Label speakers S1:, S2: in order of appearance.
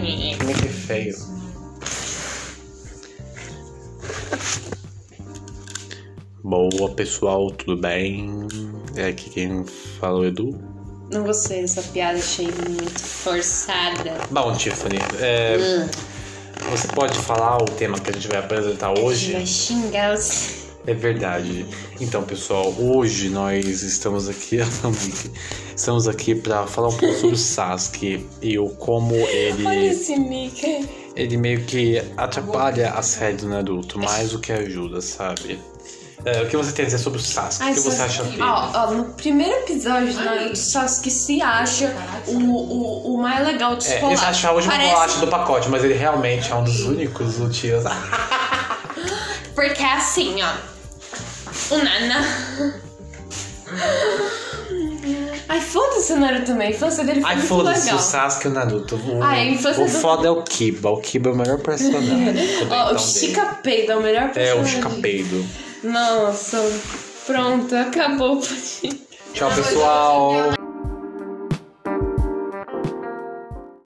S1: Nick é feio. Boa pessoal, tudo bem? É aqui quem fala o Edu.
S2: Não gostei dessa piada, achei muito forçada.
S1: Bom, Tiffany, é,
S2: Hum,
S1: você pode falar o tema que a gente vai apresentar
S2: a gente
S1: hoje?
S2: vai xingar os.
S1: É verdade. Então, pessoal, hoje nós estamos aqui, estamos aqui para falar um pouco sobre o Sasuke e o como
S2: Olha
S1: ele,
S2: esse Nick.
S1: ele meio que atrapalha a série do Naruto, mais o que ajuda, sabe? É, o que você tem a dizer sobre o Sasuke? o que você acha dele?
S2: Ó, ó, no primeiro episódio do Naruto, Sasuke se acha o, o, o mais legal de
S1: É,
S2: escolar.
S1: ele acha a última
S2: Parece- um
S1: bolacha do pacote, mas ele realmente é um dos únicos lutias.
S2: Porque é assim, ó. O Nana. Ai, foda-se o Naruto também. A infância dele foi
S1: Ai,
S2: muito
S1: foda-se
S2: legal.
S1: o Sasuke e o Naruto. O,
S2: Ah, ele foi
S1: o
S2: ser do-
S1: foda é o Kiba. O Kiba é o melhor personagem. do
S2: Ó,
S1: Dentão
S2: o
S1: então dele.
S2: Chica Peido é o melhor
S1: É, o
S2: personagem.
S1: Chicapeido.
S2: Nossa, pronto, acabou o podcast.
S1: Tchau, pessoal.